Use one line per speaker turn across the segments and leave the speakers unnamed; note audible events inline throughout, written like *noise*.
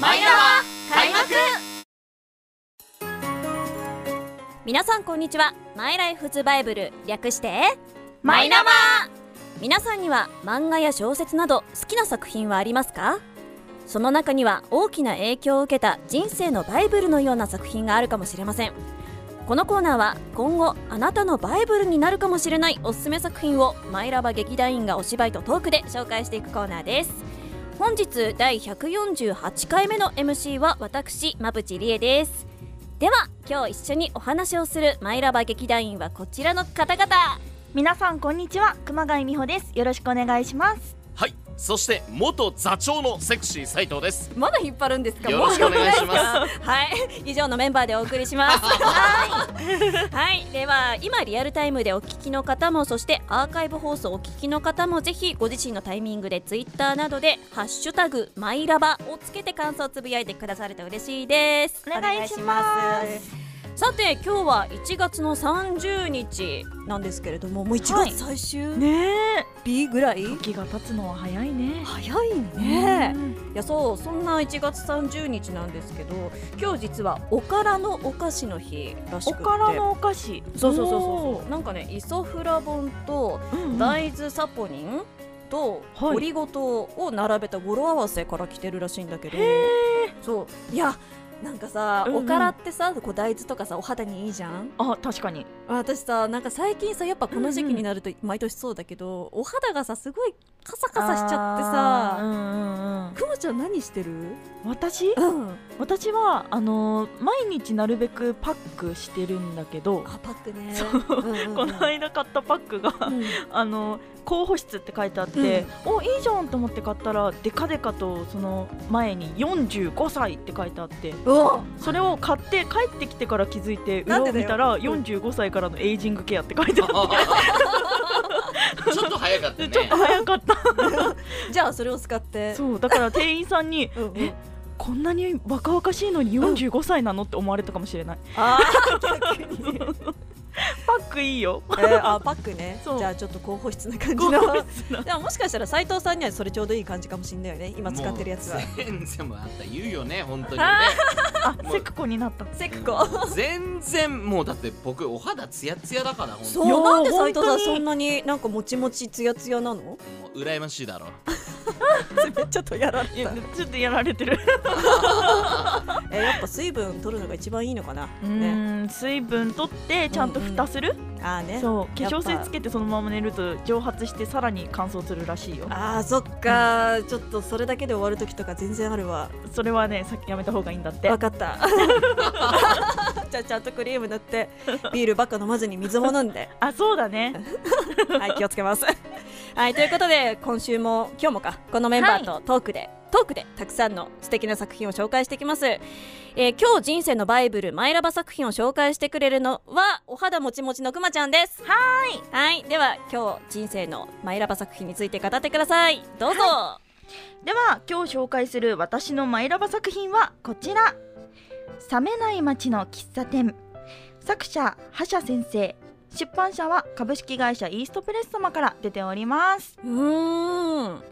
マイナは開幕
皆さんこんにちはマイライフズバイブル略して
マイナマ
皆さんには漫画や小説など好きな作品はありますかその中には大きな影響を受けた人生のバイブルのような作品があるかもしれませんこのコーナーは今後あなたのバイブルになるかもしれないおすすめ作品をマイラバ劇団員がお芝居とトークで紹介していくコーナーです本日第148回目の MC は私馬淵理恵ですでは今日一緒にお話をするマイラバ劇団員はこちらの方々
皆さんこんにちは熊谷美穂ですよろしくお願いします
はいそして元座長のセクシー斉藤です
まだ引っ張るんですか
よろしくお願いします
もう *laughs* 引っ張るんですかはい以上のメンバーでお送りしますはい、はい、では今リアルタイムでお聞きの方もそしてアーカイブ放送お聞きの方もぜひご自身のタイミングでツイッターなどでハッシュタグマイラバをつけて感想をつぶやいてくださると嬉しいです
お願いします
さて今日は1月の30日なんですけれどももう1
はい
月最終
ね
日ぐらい、
え気が経つのは早いね
早いね、いやそうそんな1月30日なんですけど今日実はおからのお菓子の日らしく
お
て
からのお菓子
そうそうそうそうそうなんかねイソフラボンと
そう、うんうん
大豆サポニンと
はい
オリゴ糖を並べた語呂合わせから来てるらしいんだけど、
へえ
そういやなんかさ、
うんうん
おからってさこう大豆とかさお肌にいいじゃん
あ確かに
あ私さなんか最近さやっぱこの時
うん
期
うん
になると毎年そうだけど、お肌がさすごいカサカサしちゃってさ
あーうんうんうん
くまちゃん何してる
私
うん
私はあのー毎日なるべくパックしてるんだけ
*laughs*
ど
あパックね
そう
うんうんうん
この間買ったパックが、
うん
あの候補室って書いてあって、おいいじゃんと思って買ったらでかでかとその前に45歳って書いてあって
うわ
それを買って帰ってきてから気づいて
なんで
裏を
だよ
見たら45歳からのエイジングケアって書いてあっ
ちょっと早かった
て、 *laughs*
ね
ちょっと早かった
じゃ *laughs* あそれを使って
そうだから店員さんに
うん
えこんなに若々しいのに45歳なのって思われたかもしれない、
あー逆に
パックいいよ
えーあパックね
そう
じゃあちょっと高保湿な感じ
候補
の
室な
でももしかしたら斉藤さんにはそれちょうどいい感じかもしれないよね今使ってるやつは
もう全然もうあんた言うよね本当にね
*laughs* あ
もう
セクコに
*laughs*
なった
セクコ
全然もうだって僕お肌ツヤツヤだから本当
そうなんで
いやー
斉藤さ
本当
んそ
に
んなになんかもちもちつやつやなの
にもう羨ましいだろ
*laughs* ちょっとやられ
いや
た
ちょっとやられ
*laughs*
てる
えやっぱ水分取るのが一番いいのかな
う
ね
ーん水分取ってちゃんと蓋する、
あーね
そう化
やっぱ
粧水つけてそのまま寝ると蒸発してさらに乾燥するらしいよ
あーそっかーちょっとそれだけで終わる時とか全然あるわ
それはねさっきやめた方がいいんだって
わかった *laughs* じゃあちゃんとクリーム塗ってビールばっか飲まずに水も飲ん *laughs* で
あそうだね
はい気をつけますはいということで今週も今日もかこのメンバーとトークで、トークでたくさんの素敵な作品を紹介していきます、えー今日人生のバイブルマイラバ作品を紹介してくれるのはお肌もちもちのくまちゃんですはいはいでは今日人生のマイラバ作品について語ってくださいどうぞ、
では今日紹介する私のマイラバ作品はこちら冷めない街の喫茶店作者覇者先生出版社は株式会社イーストプレス様から出ております
うーん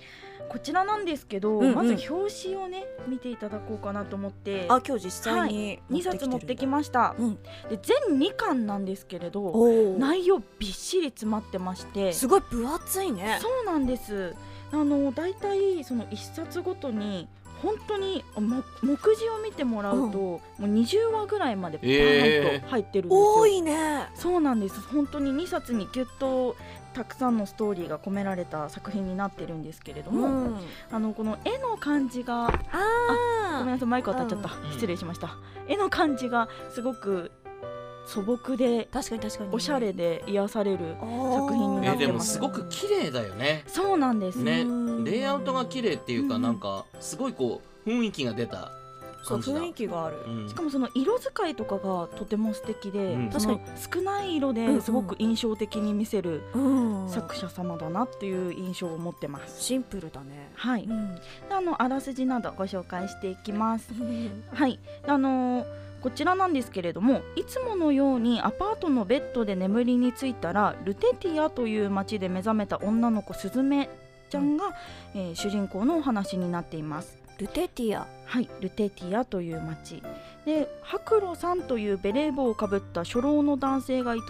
こちらなんですけど、
うんうん
まず表紙をね見ていただこうかなと思って
あ今日実際に
2冊持ってき
ま
ました、
うん
で全2巻なんですけれど
おー
内容びっしり詰まってまして
すごい分厚いね
そうなんです。あのだいたいその一冊ごとに本当にも目次を見てもらうと、もう20話ぐらいまでパーン
え
と入ってるんですよ。
多いね
そうなんです本当に2冊にぎゅっとたくさんのストーリーが込められた作品になってるんですけれども、
うん、
あのこの絵の感じがごめん
あ
なさいマイク当たっちゃった、
うん
失礼しました絵の感じがすごく素朴で
確かに確かに
おしゃれで癒される作品に
え
な
ー
っ
で
て
も
ますす
ごく綺麗だよね
そうなんです、
ね
うん
レイアウトが綺麗っていう
う
か
ん
なんかすごいこう雰囲気が出た
そ
感
う
じだ
雰囲気がある、
うん
しかもその色使いとかがとても素敵で、
うん
その少ない色
うんうん
ですごく印象的に見せる
うん
作者様だなっていう印象を持ってます。
シンプルだね、
はいう
ん
であのあらすじなどご紹介していきます。はい、あのーこちらなんですけれどもいつものようにアパートのベッドで眠りについたらルテティアという町で目覚めた女の子スズメちゃんが、えー主人公のお話になっています。
ルテティア
はい、ルテティアという町で白露さんというベレー帽をかぶった初老の男性が営む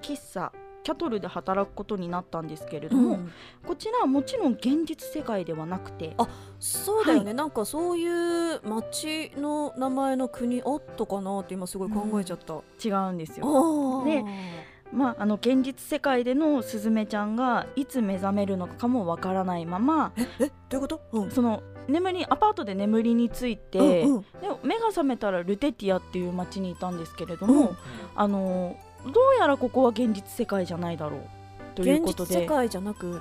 喫茶キャトルで働くことになったんですけれども、こちらはもちろん現実世界ではなくて
そうだよね、なんかそういう町の名前の国あったかなって今すごい考えちゃった、
違うんですよ。
ああ
ねまあ、あの現実世界でのスズメちゃんがいつ目覚めるのかもわからないまま
ええどういうこと、うん
その眠りアパートで眠りについて、
うんうん
で目が覚めたらルテティアっていう町にいたんですけれども、
うん
あのどうやらここは現実世界じゃないだろうという
現
こと
実世
で
界じゃなく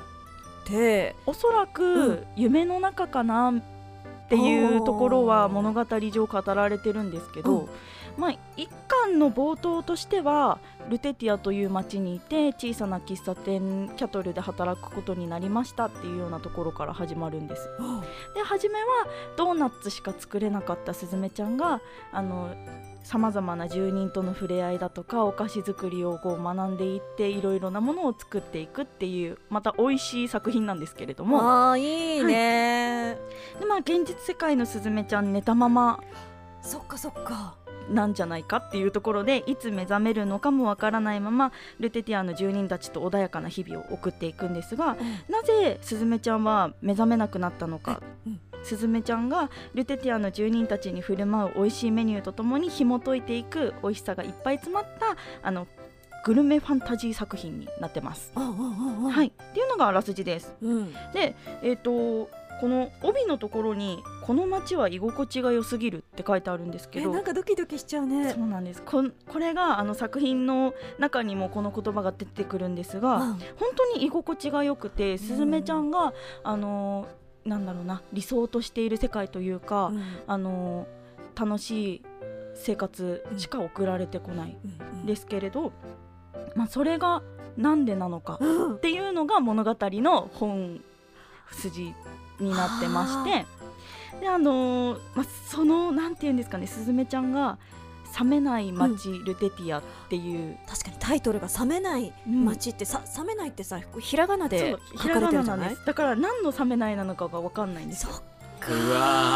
て
おそら
う
く夢の中かなっていうところ
あ
は
ー
物語上語られてるんですけど、まあ、一巻の冒頭としてはルテティアという町にいて小さな喫茶店キャトルで働くことになりましたっていうようなところから始まるんです。で初めはドーナツしか作れなかったすずめちゃんがあのさまざまな住人との触れ合いだとかお菓子作りをこう学んでいっていろいろなものを作っていくっていうまた美味しい作品なんですけれども
ああいいね、
で、まあ、現実世界のすずめちゃん寝たまま
そっかそっか
なんじゃないかっていうところでいつ目覚めるのかもわからないままルテティアの住人たちと穏やかな日々を送っていくんですがなぜスズメちゃんは目覚めなくなったのか
えうん。
スズメちゃんがルテティアの住人たちに振る舞う美味しいメニューとともに紐解いていく美味しさがいっぱい詰まったあのグルメファンタジー作品になってます。
ああああああ
はい、っていうのがあらすじです。
うん
えー、とこの帯のところに「この街は居心地が良すぎる」って書いてあるんですけ
え
ど
なんかドキドキしちゃうね
そうなんですこんこれがあの作品の中にもこの言葉が出てくるんですが
あ
本当に居心地が良くてすずめちゃんが、あのーなんだろうな理想としている世界というか、
うん
あのー楽しい生活しか送られてこない
うん
ですけれど、まあ、それがなんでなのか
うん
っていうのが物語の本筋になってましてであのーまあ、そのなんて言うんですかねすずめちゃんが「冷めない街、ルテティア」っていう、
確かにタイトルが冷めない街ってさ冷めないってさこうひらがなで
そう
書
ひ
かられ
が
て
な
るじゃ
なん
な
で
い
すだから何の冷めないなのかが分かんないんです
そ
よ
っか
う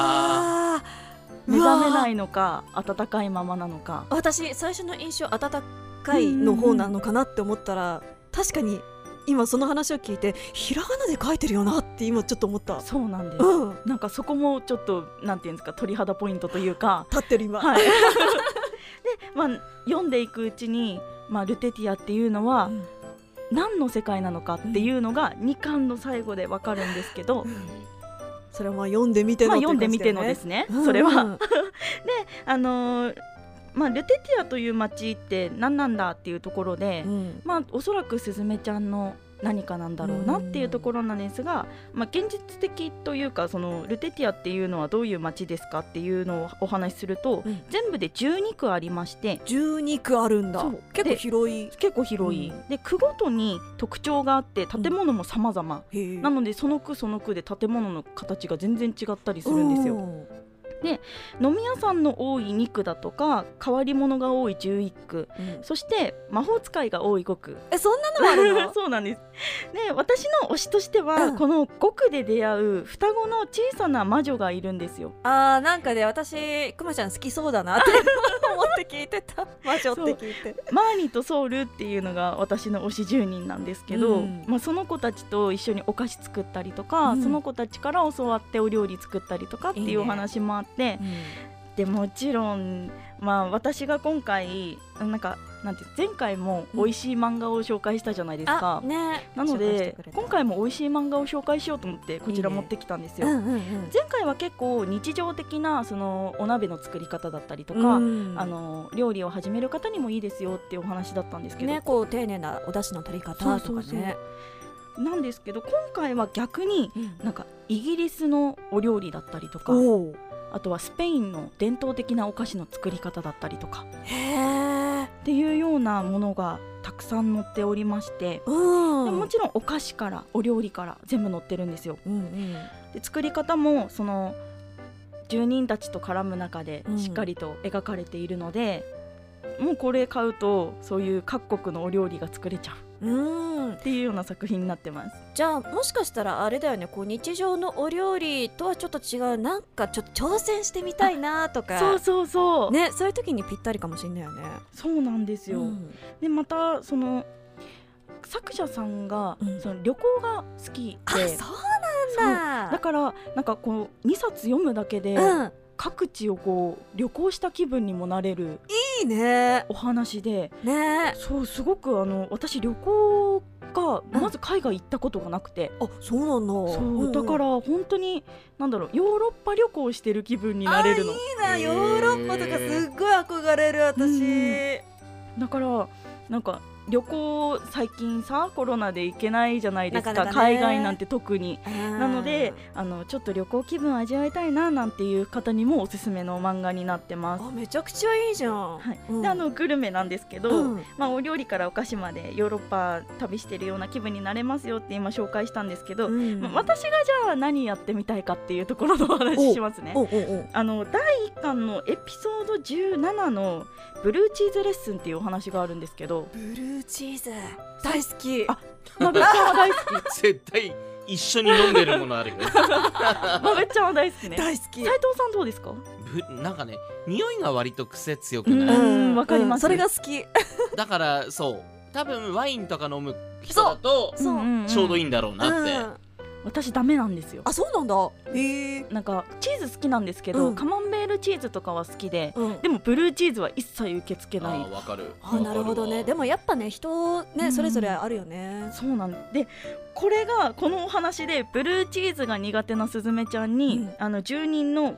わ
目覚めないいのか温かいままなのか
私最初の印象温かいの方なのかなって思ったら確かに今その話を聞いてひらがなで書いてるよなって今ちょっと思った
そうなんです、
うん立
なんかそこもちょっとなんていうんですか鳥肌ポイントというか *laughs*
ってる今、
はいで、まあ、読んでいくうちに、まあ、ルテティアっていうのは、
うん
何の世界なのかっていうのが2巻の最後でわかるんですけど、
それはまあ読んでみての
まあ
って
読ん
感
で
じ
み
だよ
てのですね、
うん
それは、
うん
あのーまあ、ルテティアという町って何なんだっていうところで、
うん
まあおそらくスズメちゃんの何かなんだろうなっていうところなんですが、まあ、現実的というかそのルテティアっていうのはどういう町ですかっていうのをお話しすると、
うん
全部で12区ありまして
12区あるんだ
そう
結構
で
広い
結構広い、
うん
で区ごとに特徴があって建物も様々、
へえ
なのでその区その区で建物の形が全然違ったりするんですよ。
よ
飲み屋さんの多い2区だとか変わり者が多い11区そして魔法使いが多い5区
えそんなのもあるの
*laughs* そうなんです。で私の推しとしては、
うん
この5区で出会う双子の小さな魔女がいるんですよ。
あーなんかで私くまちゃん好きそうだ
*laughs*
なって思って聞いてた魔女って聞いて
マーニーとソウルっていうのが私の推し住人なんですけど、
うん
まあ、その子たちと一緒にお菓子作ったりとか、
うん
その子たちから教わってお料理作ったりとかって
いい
い
ね
うお話もあってでもちろん、まあ、私が今回なんかなんて前回も美味しい漫画を紹介したじゃないです
あ
か、
ね
なの
紹介して
で
くれた
今回も美味しい漫画を紹介しようと思ってこちら
いいね
持ってきたんです
うん
よ。
うんうん
前回は結構日常的なそのお鍋の作り方だったりとか、
うん
あの料理を始める方にもいいですよっていうお話だったんですけど、
ねこう丁寧なお出汁の取り方と
そう
か
そう
ね
なんですけど今回は逆になんかイギリスのお料理だったりとか
おお
あとはスペインの伝統的なお菓子の作り方だったりとか
へえ
っていうようなものがたくさん載っておりまして、
うん
でもちろんお菓子からお料理から全部載ってるんですよ。
うんうん
で作り方もその住人たちと絡む中で
うん
しっかりと描かれているので、もうこれ買うとそういう各国のお料理が作れちゃう
うん
っていうような作品になっ
*laughs*
てます
じゃあもしかしたらあれだよねこう日常のお料理とはちょっと違うなんかちょっと挑戦してみたいなとか
そうそうそう、
ねそういう時にぴったりかもしれないよね。
そうなんですよ、
うん
でまたその作者さんが、
うん
その旅行が好き
あ
で
そうなん
だ
だ。
からなんかこう2冊読むだけで、
うん
各地をこう旅行した気分にもなれる
いいね
お話で
ね
そうすごくあの私旅行がまず海外行ったことがなくて、
あそうなんだ。
そうだからら本当になんだろうヨーロッパ旅行してる気分になれるの
いいなヨーロッパとかすっごい憧れる私。
だからなんか旅行最近さコロナで行けないじゃないですか
なかなかね
海外なんて特に。な
な
のであのちょっと旅行気分味わいたいななんていう方にもおすすめの漫画になってます。
あめちゃくちゃいいじゃん。
はい
うん
であのグルメなんですけど、
うん
まあ、お料理からお菓子までヨーロッパ旅してるような気分になれますよって今紹介したんですけど、
うん
まあ私がじゃあ何やってみたいかっていうところのお話しますね。
おうおうおう
あの第1巻のエピソード17のブルーチーズレッスンっていうお話があるんですけど
ブルーチーズ大好き。
あまぶっちゃんは大好
*laughs*
き
絶対一緒に飲んでるものあるよ
まぶっちゃんは大好きね斎
大好き。
藤さんどうですか
ぶなんかね匂いが割と癖強くない、
ううんわかります
それが好き。
だからそう多分ワインとか飲む人だと
そうん
んん
ちょうどいいんだろうなって、
うん
私ダメなんですよ
あそうなんだ。へえ。
なんかチーズ好きなんですけど、
うん
カマンベールチーズとかは好きで、
うん
でもブルーチーズは一切受け付け
あ
な
ー
い
わかる
あなるほどね。で
も
もやっぱね人
う
ね
ん
それぞれあるよね。
そうなんでこれがこのお話でブルーチーズが苦手なすずめちゃんに、
うん
あの住人の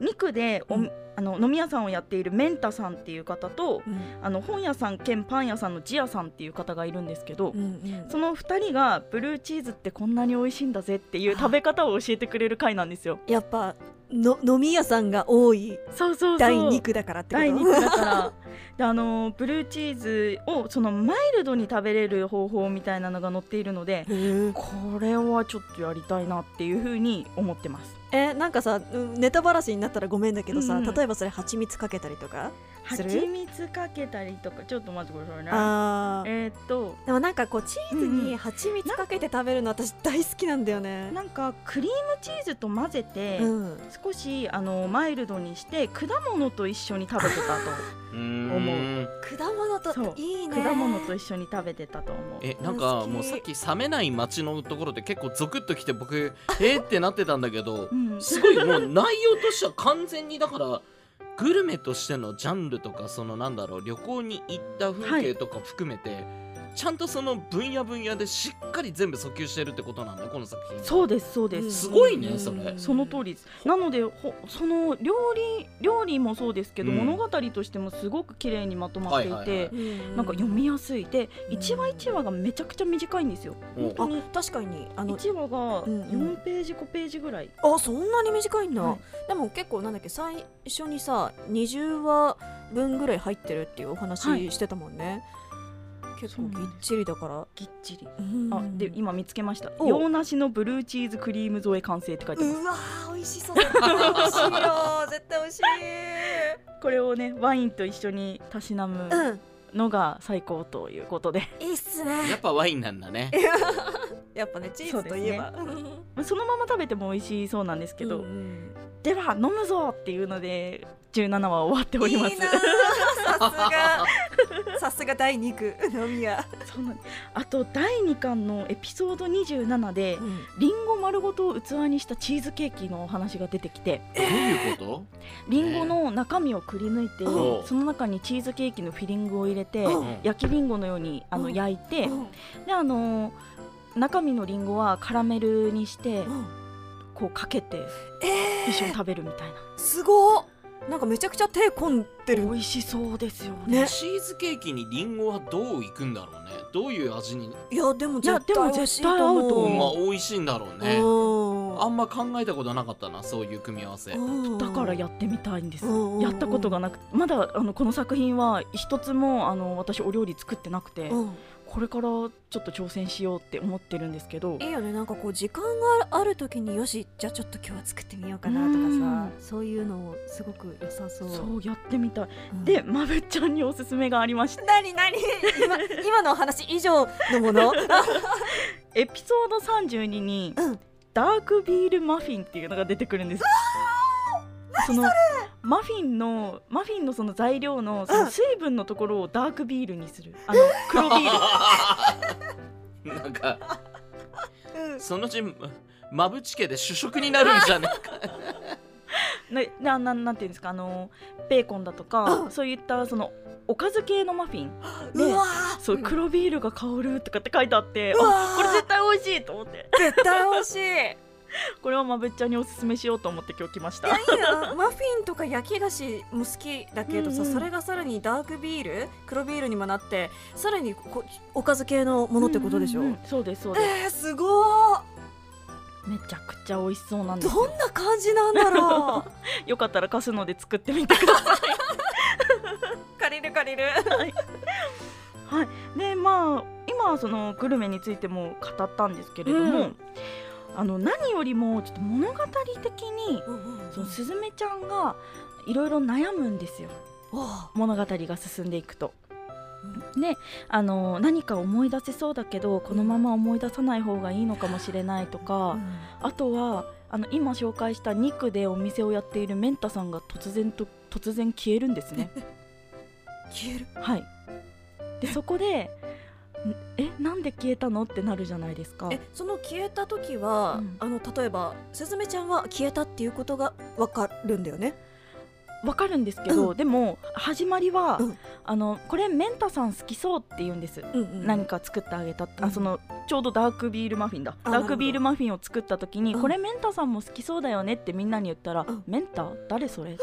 肉でお、
うん
あの飲み屋さんをやっているメンタさんっていう方と、
うん
あの本屋さん兼パン屋さんのジアさんっていう方がいるんですけど、
うん
その2人がブルーチーズってこんなに美味しいんだぜっていう食べ方を教えてくれる回なんですよ。
やっぱの飲み屋さんが多い
そうそうそう
第二区だからってこと。
第2だから *laughs* であのブルーチーズをそのマイルドに食べれる方法みたいなのが載っているの
へ
で
え
これはちょっとやりたいなっていうふうに思ってます。
えなんかさうんネタばらしになったらごめんだけどさ、
うんうん
例えばそれ蜂蜜かけたりとかする
蜂蜜かけたりとかちょっと待ってくださいね。
あー
えーっと
でもなんかこうチーズ
うんう
に
ん
蜂蜜かけて食べるの私大好きなんだよね。
なんかクリームチーズと混ぜて、
うん、
少しあのマイルドにして果物と一緒に食べてた思
思う
果物
そう
といい
*laughs*
と
ね
果物と一緒に食べてたと思う。
えなんか
好き
もうさっき冷めない街のところで結構ゾクッときて僕えーってなってたんだけど
うん、
すごいもう内容としては完全にだからグルメとしてのジャンルとかそのなんだろう旅行に行った風景とか含めて、ちゃんとその分野分野でしっかり全部訴求してるってことなんだよこの作品
そうですそうです。
すごいねそれ
その通
り
りです。なのでほその料理料理もそうですけど、
うん
物語としてもすごく綺麗にまとまっていて、
はいはいはい
なんか読みやすいで一話一話がめちゃくちゃ短いんですよ。
うん
本当に
あ確かにあの
一話が
うんうん
四ページ五ページぐらい。
あそんなに短いんだ、
はい
でも結構なんだっけ最初にさ20話分ぐらい入ってるっていうお話
はい
してたもんね、結
そう
構
な
ぎ
ん
っ
です
ちりだから
ぎっちり。
うん
あで今見つけました。
お
洋梨のブルーチーズクリーム添え完成って書いてます。
うわー美味しそう絶対美味しいよ絶対美味しい
これをねワインと一緒にたしなむ
うん
のが最高ということで、
いいっす
やっ
ね
ぱワインなんだね
やっぱねチーズといえば、
*laughs* そのまま食べても美味しそうなんですけ
う
ど、
んうん
では飲むぞっていうので17話終わっております。
いいなーさすがさすが第2区飲み屋、
*laughs* そうなんあと第2巻のエピソード27でリンゴ丸ごと器にしたチーズケーキのお話が出てきて
どういうこと、
リンゴの中身をくり抜いて、
うん
その中にチーズケーキのフィリングを入れて、
うん
うん
焼きリンゴのようにあ
う
の
ん
焼いて、
うん
であのー中身のリンゴはカラメルにして
うん
こうかけて
えー
一緒に食べるみたいな、
すごっなんかめちゃくちゃ手込んでる
美味しそうですよね
ね
チーズケーキにリンゴはどういくんだろうねどういう味に、
いやでも
いや
絶対美味しいと
で
思
も
う
絶
まあ美味しいんだろうね
うん
あんま考えたことなかったなそういう組み合わせ
うん
だからやってみたいんです、
うん
やったことがなくてまだあのこの作品は一つもあの私お料理作ってなくて、
うん
これからちょっと挑戦しようって思ってるんですけど
いいよねなんかこう時間がある時によしじゃあちょっと今日は作ってみようかなとかさ
うん
そういうのすごく良さそう
そうやってみたい、
うん
でまぶっちゃんにおすすめがありました
なになに今
*laughs*
今のお話以上のもの
エピソード32に、
うん
ダークビールマフィンっていうのが出てくるんですそのマフィンのマフィンのその材料のその水分のところをダークビールにする
*laughs*
あの黒ビール
*laughs* なんか、そのうちまぶち家で主食になるんじゃね
ななななんていうんですかあのベーコンだとかそういったそのおかず系のマフィンで
うわ
そう黒ビールが香るとかって書いてあって
う
あ
わ
これ絶対美味しいと思って *laughs*
絶対美味しい
これをまぶっちゃんにおすすめしようと思って今日来ました
いやいいな *laughs* マフィンとか焼き菓子も好きだけどさ、
うんうん
それがさらにダークビール黒ビールにもなってさらにこおかず系のものってことでしょ、
うんうんうんそうですそうです
えー、すごー
めちゃくちゃ美味しそうなんですよ
どんな感じなんだろう
よかったら貸すので作ってみてくださ *laughs*
借りる借りる
い。はい、でまあ今そのグルメについても語ったんですけれども、
うん
あの何よりもちょっと物語的にそのすずめちゃんがいろいろ悩むんですよ物語が進んでいくと。であの何か思い出せそうだけどこのまま思い出さない方がいいのかもしれないとか、あとはあの今紹介した2区でお店をやっているメンタさんが突然と突然消えるんですね。
消える
はい、でそこでんえなんで消えたのってなるじゃないですか
えその消えた時は、
うん
あの例えばすずめちゃんは消えたっていうことがわかるんだよね
わかるんですけど、でも始まりは、
うん
あのこれメンタさん好きそうって言うんです、
うんうん
何か作ってあげた、
う
あ
ん
そのちょうどダークビールマフィンだ
あ
ダークビールマフィンを作った時に、
うん
これメンタさんも好きそうだよねってみんなに言ったら、
うん
メンタ誰それっ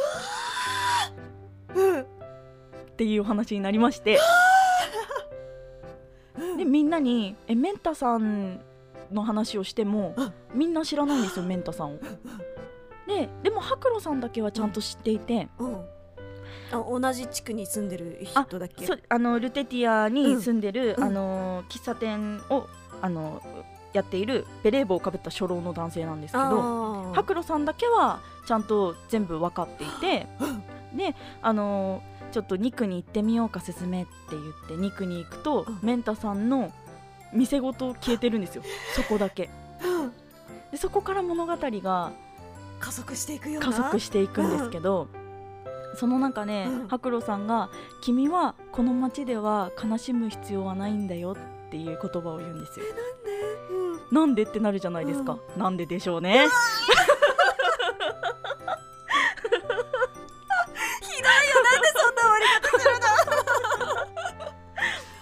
うん
ていうお話になりましてでみんなにえメンタさんの話をしても
うん
みんな知らないんですよメンタさんを。ででも白露さんだけはちゃんと知っていて、
うんあ同じ地区に住んでる人だっけ
そうあのルテティアに住んでる、
うん
あの喫茶店をあのやっているベレー帽をかぶった初老の男性なんですけど
あー
白露さんだけはちゃんと全部分かっていてであのちょっと肉に行ってみようかすすめって言って肉に行くと、
うん
メンタさんの店ごと消えてるんですよそこだけ。でそこから物語が
*gasps* 加速していくような
加速していくんですけど、その中で、
うん
白露さんが「君はこの町では悲しむ必要はないんだよ」っていう言葉を言うんですよ。なんでってなるじゃないですか。なんででしょう *laughs* ね。 *laughs*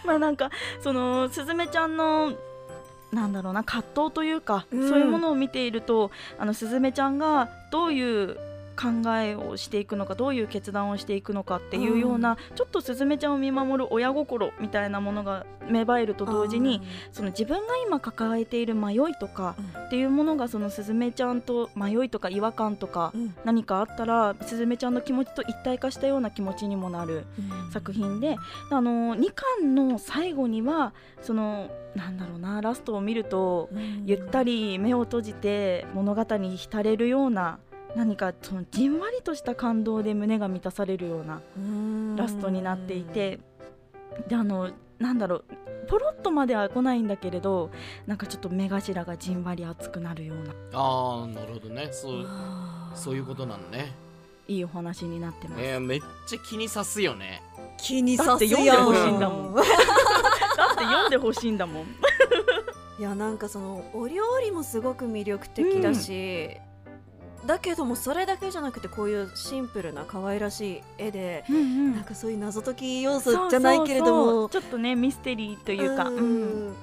まあなんかそのすずめちゃんのなんだろうな葛藤というか、
うん
そういうものを見ているとあのすずめちゃんがどういう考えをしていくのかどういう決断をしていくのかっていうような、ちょっとすずめちゃんを見守る親心みたいなものが芽生えると同時にその自分が今抱えている迷いとか
うん
っていうものがそのすずめちゃんと迷いとか違和感とか
あーうん
何かあったらすずめちゃんの気持ちと一体化したような気持ちにもなる作品で、あの2巻の最後にはそのなんだろうなラストを見ると
うん
ゆったり目を閉じて物語に浸れるような何かそのじんわりとした感動で胸が満たされるような
うん
ラストになっていて、であのなんだろうポロッとまでは来ないんだけれどなんかちょっと目頭がじんわり熱くなるような
*laughs* ああなるほどねそう
あー
そういうことなのね
いいお話になってます。
えー、めっちゃ気にさすよね
気にさすやん
だって読んでほしいんだもんだって読んでほしいんだもん。
いやなんかそのお料理もすごく魅力的だし、だけどもそれだけじゃなくてこういうシンプルな可愛らしい絵で
うんうん
なんかそういう謎解き要素じゃないけれども
そうそうそうちょっとねミステリーというか、うん
ん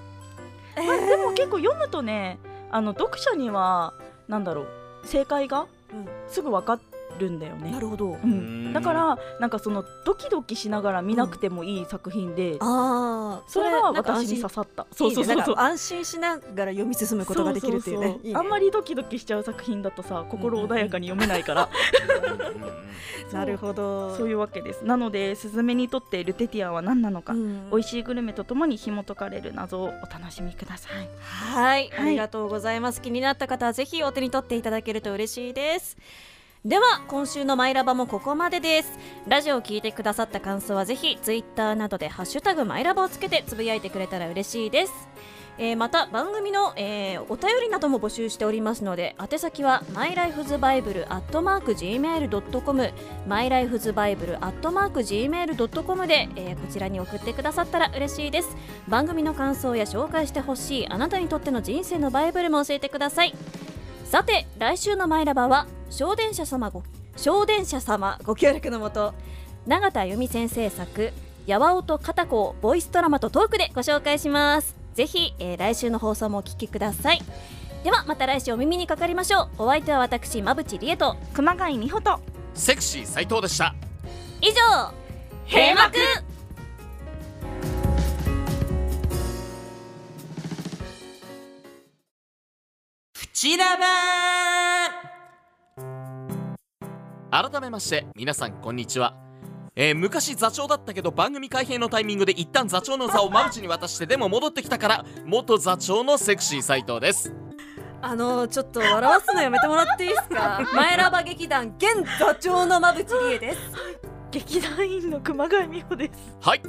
えー
まあでも結構読むとねあの読者にはなんだろう正解が
うん
すぐ分かるんだよね
な、るほど
うん
うん
だからなんかそのドキドキしながら見なくてもいい作品で、
ああ
それは私に刺さったそうそうそうそう
安心しながら読み進むことができるっていうね
そそそ
いいね
あんまりドキドキしちゃう作品だとさ心穏やかに読めないから、
うんうんうん
なるほど
そういうわけですなのでスズメにとってルテティアは何なのか、
うん
美味しいグルメとともに紐解かれる謎をお楽しみください
はい、
はい
ありがとうございます気になった方はぜひお手に取っていただけると嬉しいです
では今週のマイラバもここまでですラジオを聞いてくださった感想はぜひツイッターなどでハッシュタグマイラバをつけてつぶやいてくれたら嬉しいですえーまた番組の、えーお便りなども募集しておりますので宛先は mylifesbible.gmail.com mylifesbible.gmail.com で、えーこちらに送ってくださったら嬉しいです番組の感想や紹介してほしいあなたにとっての人生のバイブルも教えてくださいさて来週の「マイラバ」は昇電者様ご昇電者様ご協力のもと永田由美先生作「やわおと片子」をボイスドラマとトークでご紹介しますぜひ、えー来週の放送もお聞きくださいではまた来週お耳にかかりましょうお相手は私馬淵理恵と
熊谷美穂と
セクシー斉藤でした
以上閉幕
プチラバ
改めまして皆さんこんにちは、えー昔座長だったけど番組改編のタイミングで一旦座長の座をマウチに渡してでも戻ってきたから元座長のセクシー斉藤です
あのちょっと笑わすのやめてもらっていいです
*laughs*
か前ラバ劇団現座長の馬淵理恵です
劇団員の熊谷美穂です
はい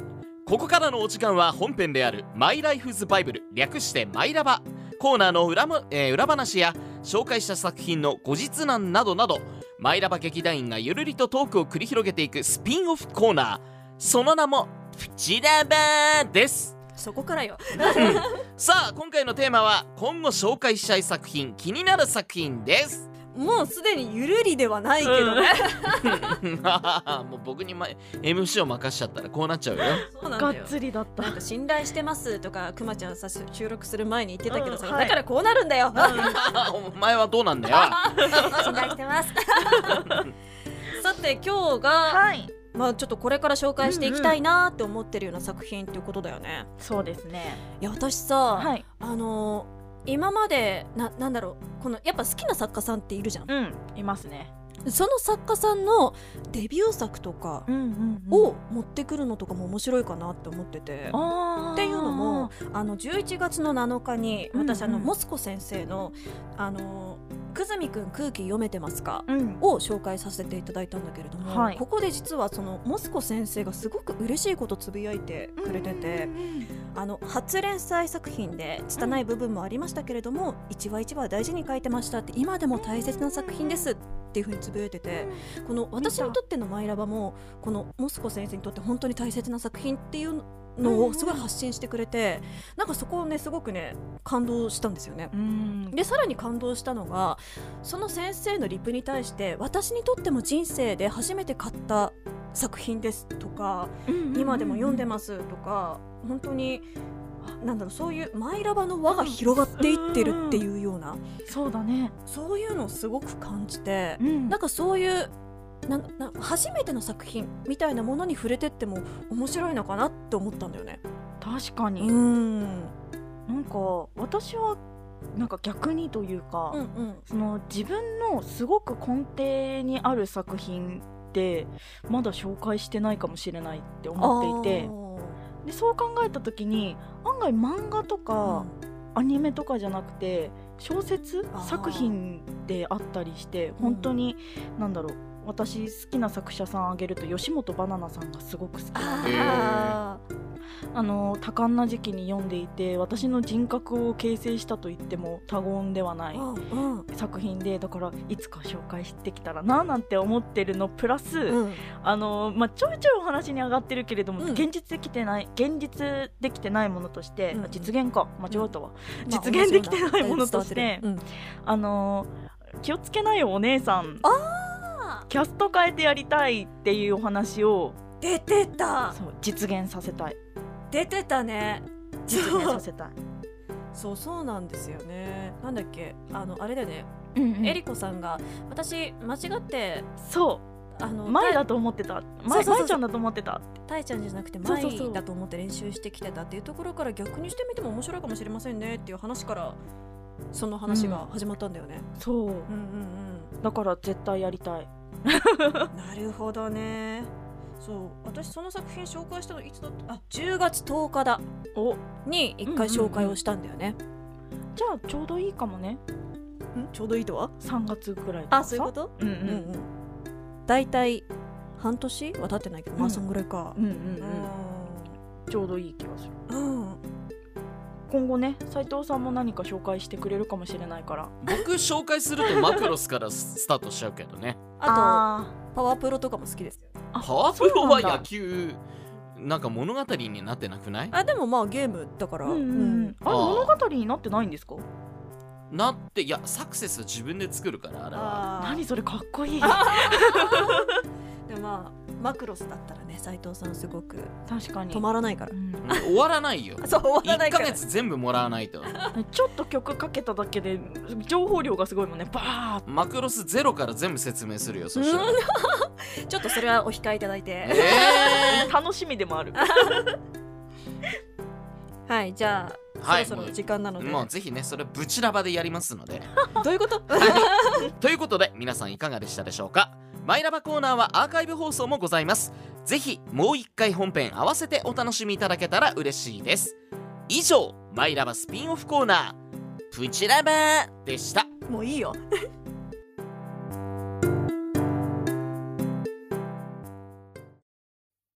ここからのお時間は本編である「マイ・ライフズ・バイブル」略して「マイラバ」コーナーの裏も、えー裏話や紹介した作品の後日談などなどマイラバ劇団員がゆるりとトークを繰り広げていくスピンオフコーナーその名も「プチラバー」です
そこからよ
さあ今回のテーマは今後紹介したい作品気になる作品です *laughs*
もうすでにゆるりではないけどね、
もう僕に、ま、MC を任しちゃったらこうなっちゃうよ。
そうなん
がっ
だよ
つりだった
なんか信頼してますとかくまちゃんさ収録する前に言ってたけどさ、
うんはい
だからこうなるん
*laughs*
だよ、
*laughs* お前はどうなんだよ。
信頼して
*laughs*
ます
さて今日が、
はい
まあちょっとこれから紹介していきたいなーって思ってるような作品っていうことだよね、
そうですね
いや私さ、
はい
あのー今までななんだろうこのやっぱ好きな作家さんっているじゃん
うんいますね
その作家さんのデビュー作とか
うんうん、
を持ってくるのとかも面白いかなって思ってて。
あー
っていうのもあの11月の7日に私、
うんうん
あのモスコ先生の「あの久住くん空気読めてますか?」
うん
を紹介させていただいたんだけれども、
はい
ここで実はそのモスコ先生がすごく嬉しいことつぶやいてくれてて、あの初連載作品で拙い部分もありましたけれども、一話一話大事に書いてましたって今でも大切な作品ですっていうふうにつぶやいてて、この私にとっての「マイラバも」このモスコ先生にとって本当に大切な作品っていうのをすごい発信してくれて、なんかそこをねすごくね感動したんですよね。
うん
でさらに感動したのがその先生のリプに対して私にとっても人生で初めて買った作品ですとか今でも読んでますとか本当になんだろうそういうマイラバの輪が広がっていってるっていうような
そうだね
そういうのをすごく感じて
うん
なんかそういうなんなん初めての作品みたいなものに触れてっても面白いのかなって思ったんだよね。
確か
う
に、
ーんうん
なんか私はなんか逆にというか、
うん
その自分のすごく根底にある作品ってまだ紹介してないかもしれないって思っていてでそう考えた時に案外漫画と
あ
か
ー、
アニメとかじゃなくて小説
あー
作品であったりして本当に、なんだろう私好きな作者さんあげると吉本ばななさんがすごく好きなんで
あー
あの多感な時期に読んでいて私の人格を形成したと言っても過言ではない
うん
作品でだからいつか紹介してきたらななんて思ってるのプラス、
うん
あのまあ、ちょいちょいお話に上がってるけれども、
うん
現実できてない現実できてないものとして、
うん
あ実現か間違ったわ、
まあ
実現できてないものとして
同じような
あの気をつけないよお姉さん
あ
キャスト変えてやりたいっていうお話を
ー出てた
そう実現させたい
出てたね
実現
*laughs* そ
さ
う
せ
*laughs*
たい、
そうそうなんですよねなんだっけあのあれだよね、
うんうん
えりこさんが私間違って
そ
あ
う
の
前だと思ってた
そうそう
前
そう
前ちゃんだと思ってた
たいちゃんじゃなくて
そう
前
そうそう
だと思って練習してきてたっていうところから逆にしてみても面白いかもしれませんねっていう話からその話が始まったんだよね、
そう
うん、うん
だから絶対やりたい
うんなるほどねそう私その作品紹介したのいつだったあ10月10日だ
お
に一回紹介をしたんだよね、
じゃあちょうどいいかもね
んちょうどいいとは
3月ぐらいとか
あそういうことと
うんう
うん
ん
うん大体半年は経ってないけどまあそんぐらいか
うんうんうんちょうどいい気がす
う
る
んうん
今後ね斉藤さんも何か紹介してくれるかもしれないから
僕紹介するとマクロスからススタートしちゃうけどね
あ
あ
とパワープロとかも好きですよ
あ
パワープロは
そうなんだ
野球なんか物語になってなくない
あでもまあゲームだから
うんうんうんあれ
あー
物語になってないんですか
なっていやサクセスは自分で作るからあれは
あー
何それかっこいい
でもまあマクロスだったらね斉藤さんすごく
確かに
止まらないから
うん
うん終わらないよ
*laughs* そう終 *laughs* わらな
1
いか
ヶ
ら
月全部もらわないと
ちょっと曲かけただけで情報量がすごいもんねバーッ
マクロスゼロから全部説明するよそしたら
うちょっとそれはお控えいただいて
え
楽しみでもある
はいじゃ
ー
あ、
はい
*laughs* そろそろ時間なので
もうぜひねそれブチラバでやりますので
どういうこと
*laughs* ということで皆さんいかがでしたでしょうかマイラバコーナーはアーカイブ放送もございますぜひもう一回本編合わせてお楽しみいただけたら嬉しいです以上マイラバスピンオフコーナープチラバでした
*laughs* もういいよ